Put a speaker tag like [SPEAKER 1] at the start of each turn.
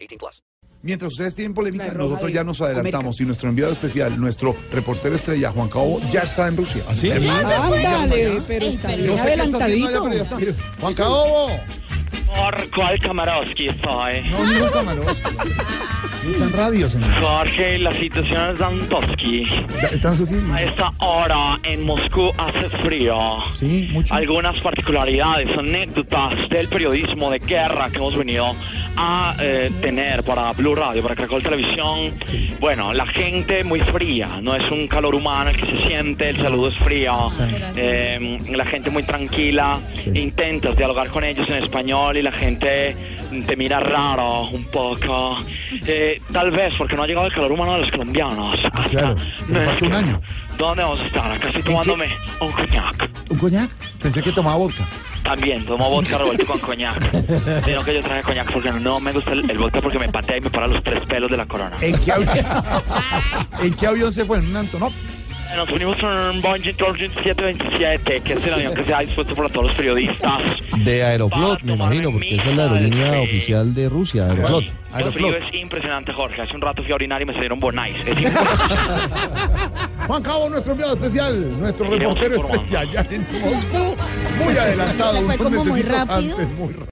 [SPEAKER 1] 18 plus.
[SPEAKER 2] Mientras ustedes tienen polémica,
[SPEAKER 3] La roja
[SPEAKER 2] nosotros
[SPEAKER 3] de
[SPEAKER 2] ya nos adelantamos y nuestro enviado especial, nuestro reportero estrella, Juan Cabo, ya está en Rusia. ¿Así?
[SPEAKER 3] Ándale, pero
[SPEAKER 4] Ey,
[SPEAKER 3] está
[SPEAKER 4] pero
[SPEAKER 3] bien
[SPEAKER 2] No sé qué está haciendo allá,
[SPEAKER 3] adelantadito.
[SPEAKER 2] pero ya está. Juan Cabo.
[SPEAKER 5] Por cuál Kamarowski soy.
[SPEAKER 2] No, no, camarones. Están radio, señor.
[SPEAKER 5] Jorge, la situación es Dantowski.
[SPEAKER 2] Ya Están sufriendo.
[SPEAKER 5] A esta hora en Moscú hace frío.
[SPEAKER 2] Sí, mucho.
[SPEAKER 5] Algunas particularidades, anécdotas del periodismo de guerra que hemos venido a eh, tener para Blue Radio, para Caracol Televisión. Bueno, la gente muy fría, no es un calor humano el que se siente, el saludo es frío. Eh, la gente muy tranquila, intentas dialogar con ellos en español y la gente te mira raro un poco. Eh, tal vez porque no ha llegado el calor humano de los colombianos. Hasta
[SPEAKER 2] Ah, claro, pero falta un año.
[SPEAKER 5] ¿Dónde vamos a estar? Acá estoy tomándome un coñac.
[SPEAKER 2] ¿Un coñac? Pensé que tomaba vodka.
[SPEAKER 5] También tomo vodka revuelto con coñac. Pero que yo traje coñac porque no me gusta el, el vodka porque me patea y me para los tres pelos de la corona.
[SPEAKER 6] Eh.
[SPEAKER 2] ¿En qué avión? ¿En qué avión se fue? ¿En un Antonov?
[SPEAKER 5] Nos unimos con un Boeing 727, que es el avión que se ha dispuesto para todos los periodistas.
[SPEAKER 6] De Aeroflot,
[SPEAKER 5] Para
[SPEAKER 6] me
[SPEAKER 5] tomar
[SPEAKER 6] imagino,
[SPEAKER 5] en
[SPEAKER 6] porque esa es
[SPEAKER 5] mira
[SPEAKER 6] la aerolínea
[SPEAKER 5] el-
[SPEAKER 6] oficial de Rusia,
[SPEAKER 5] Lo
[SPEAKER 6] Aeroflot.
[SPEAKER 5] frío
[SPEAKER 2] Aeroflot.
[SPEAKER 5] es impresionante, Jorge. Hace un rato fui a orinar y me salieron bonais. Es impresionante.
[SPEAKER 2] Juan Cabo, nuestro enviado especial, nuestro reportero
[SPEAKER 5] Iremos informando.
[SPEAKER 2] estrella, ya en Moscú. Muy adelantado,
[SPEAKER 4] Fue
[SPEAKER 2] unos
[SPEAKER 4] como muy
[SPEAKER 2] mesecitos
[SPEAKER 4] rápido.
[SPEAKER 2] antes, muy rápido.